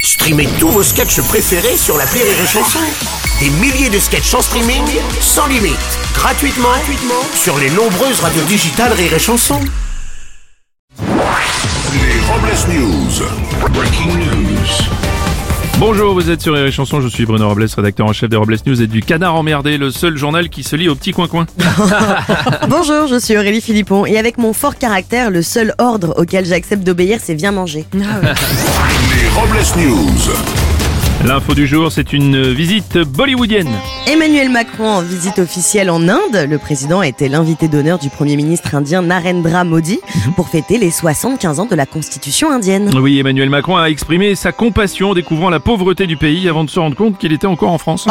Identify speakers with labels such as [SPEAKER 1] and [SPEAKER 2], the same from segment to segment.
[SPEAKER 1] Streamez tous vos sketchs préférés sur la Rire et Chanson. Des milliers de sketchs en streaming, sans limite, gratuitement, gratuitement sur les nombreuses radios digitales Rire et Chanson.
[SPEAKER 2] Les Robles News. Breaking news.
[SPEAKER 3] Bonjour, vous êtes sur Rire et Chanson, je suis Bruno Robles, rédacteur en chef de Robles News et du Canard Emmerdé, le seul journal qui se lit au petit coin-coin.
[SPEAKER 4] Bonjour, je suis Aurélie Philippon et avec mon fort caractère, le seul ordre auquel j'accepte d'obéir, c'est bien manger.
[SPEAKER 2] Les Robles News.
[SPEAKER 3] L'info du jour, c'est une visite bollywoodienne.
[SPEAKER 4] Emmanuel Macron en visite officielle en Inde, le président a été l'invité d'honneur du Premier ministre indien Narendra Modi pour fêter les 75 ans de la Constitution indienne.
[SPEAKER 3] Oui, Emmanuel Macron a exprimé sa compassion en découvrant la pauvreté du pays avant de se rendre compte qu'il était encore en France.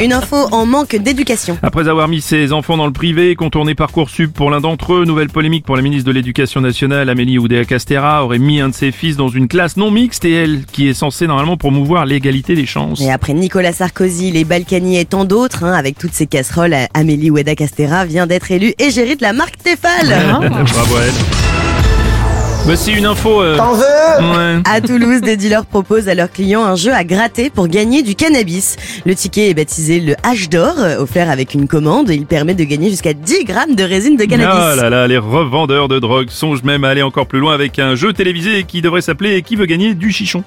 [SPEAKER 4] Une info en manque d'éducation.
[SPEAKER 3] Après avoir mis ses enfants dans le privé, contourné Parcoursup pour l'un d'entre eux, nouvelle polémique pour la ministre de l'Éducation nationale, Amélie Oudéa-Castera, aurait mis un de ses fils dans une classe non mixte et elle, qui est censée normalement promouvoir l'égalité des chances.
[SPEAKER 4] Et après Nicolas Sarkozy, les Balkany et tant d'autres, hein, avec toutes ces casseroles, Amélie Oueda-Castera vient d'être élue égérie de la marque Tefal.
[SPEAKER 3] Bravo à elle. Voici une info. euh, ouais.
[SPEAKER 4] À Toulouse, des dealers proposent à leurs clients un jeu à gratter pour gagner du cannabis. Le ticket est baptisé le H d'or, euh, offert avec une commande. Il permet de gagner jusqu'à 10 grammes de résine de
[SPEAKER 3] Ah
[SPEAKER 4] cannabis.
[SPEAKER 3] là là, les revendeurs de drogue songent même à aller encore plus loin avec un jeu télévisé qui devrait s'appeler Qui veut gagner du chichon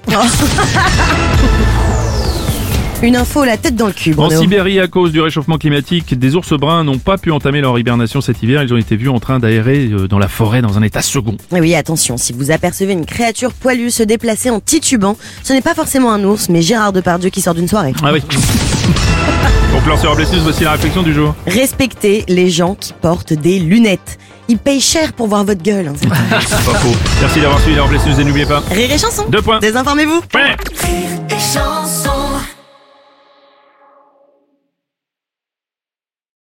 [SPEAKER 4] Une info, la tête dans le cul.
[SPEAKER 3] En
[SPEAKER 4] Bruno.
[SPEAKER 3] Sibérie, à cause du réchauffement climatique, des ours bruns n'ont pas pu entamer leur hibernation cet hiver. Ils ont été vus en train d'aérer euh, dans la forêt dans un état second.
[SPEAKER 4] Eh Oui, attention, si vous apercevez une créature poilue se déplacer en titubant, ce n'est pas forcément un ours, mais Gérard Depardieu qui sort d'une soirée.
[SPEAKER 3] Ah oui. Pour clore sur Robles News, voici la réflexion du jour.
[SPEAKER 4] Respectez les gens qui portent des lunettes. Ils payent cher pour voir votre gueule. hein, c'est tout.
[SPEAKER 3] C'est pas faux. Merci d'avoir suivi les Robles News et n'oubliez pas.
[SPEAKER 4] Rire et chanson.
[SPEAKER 3] Deux points.
[SPEAKER 4] Désinformez-vous.
[SPEAKER 3] Ouais.
[SPEAKER 5] rire et chanson.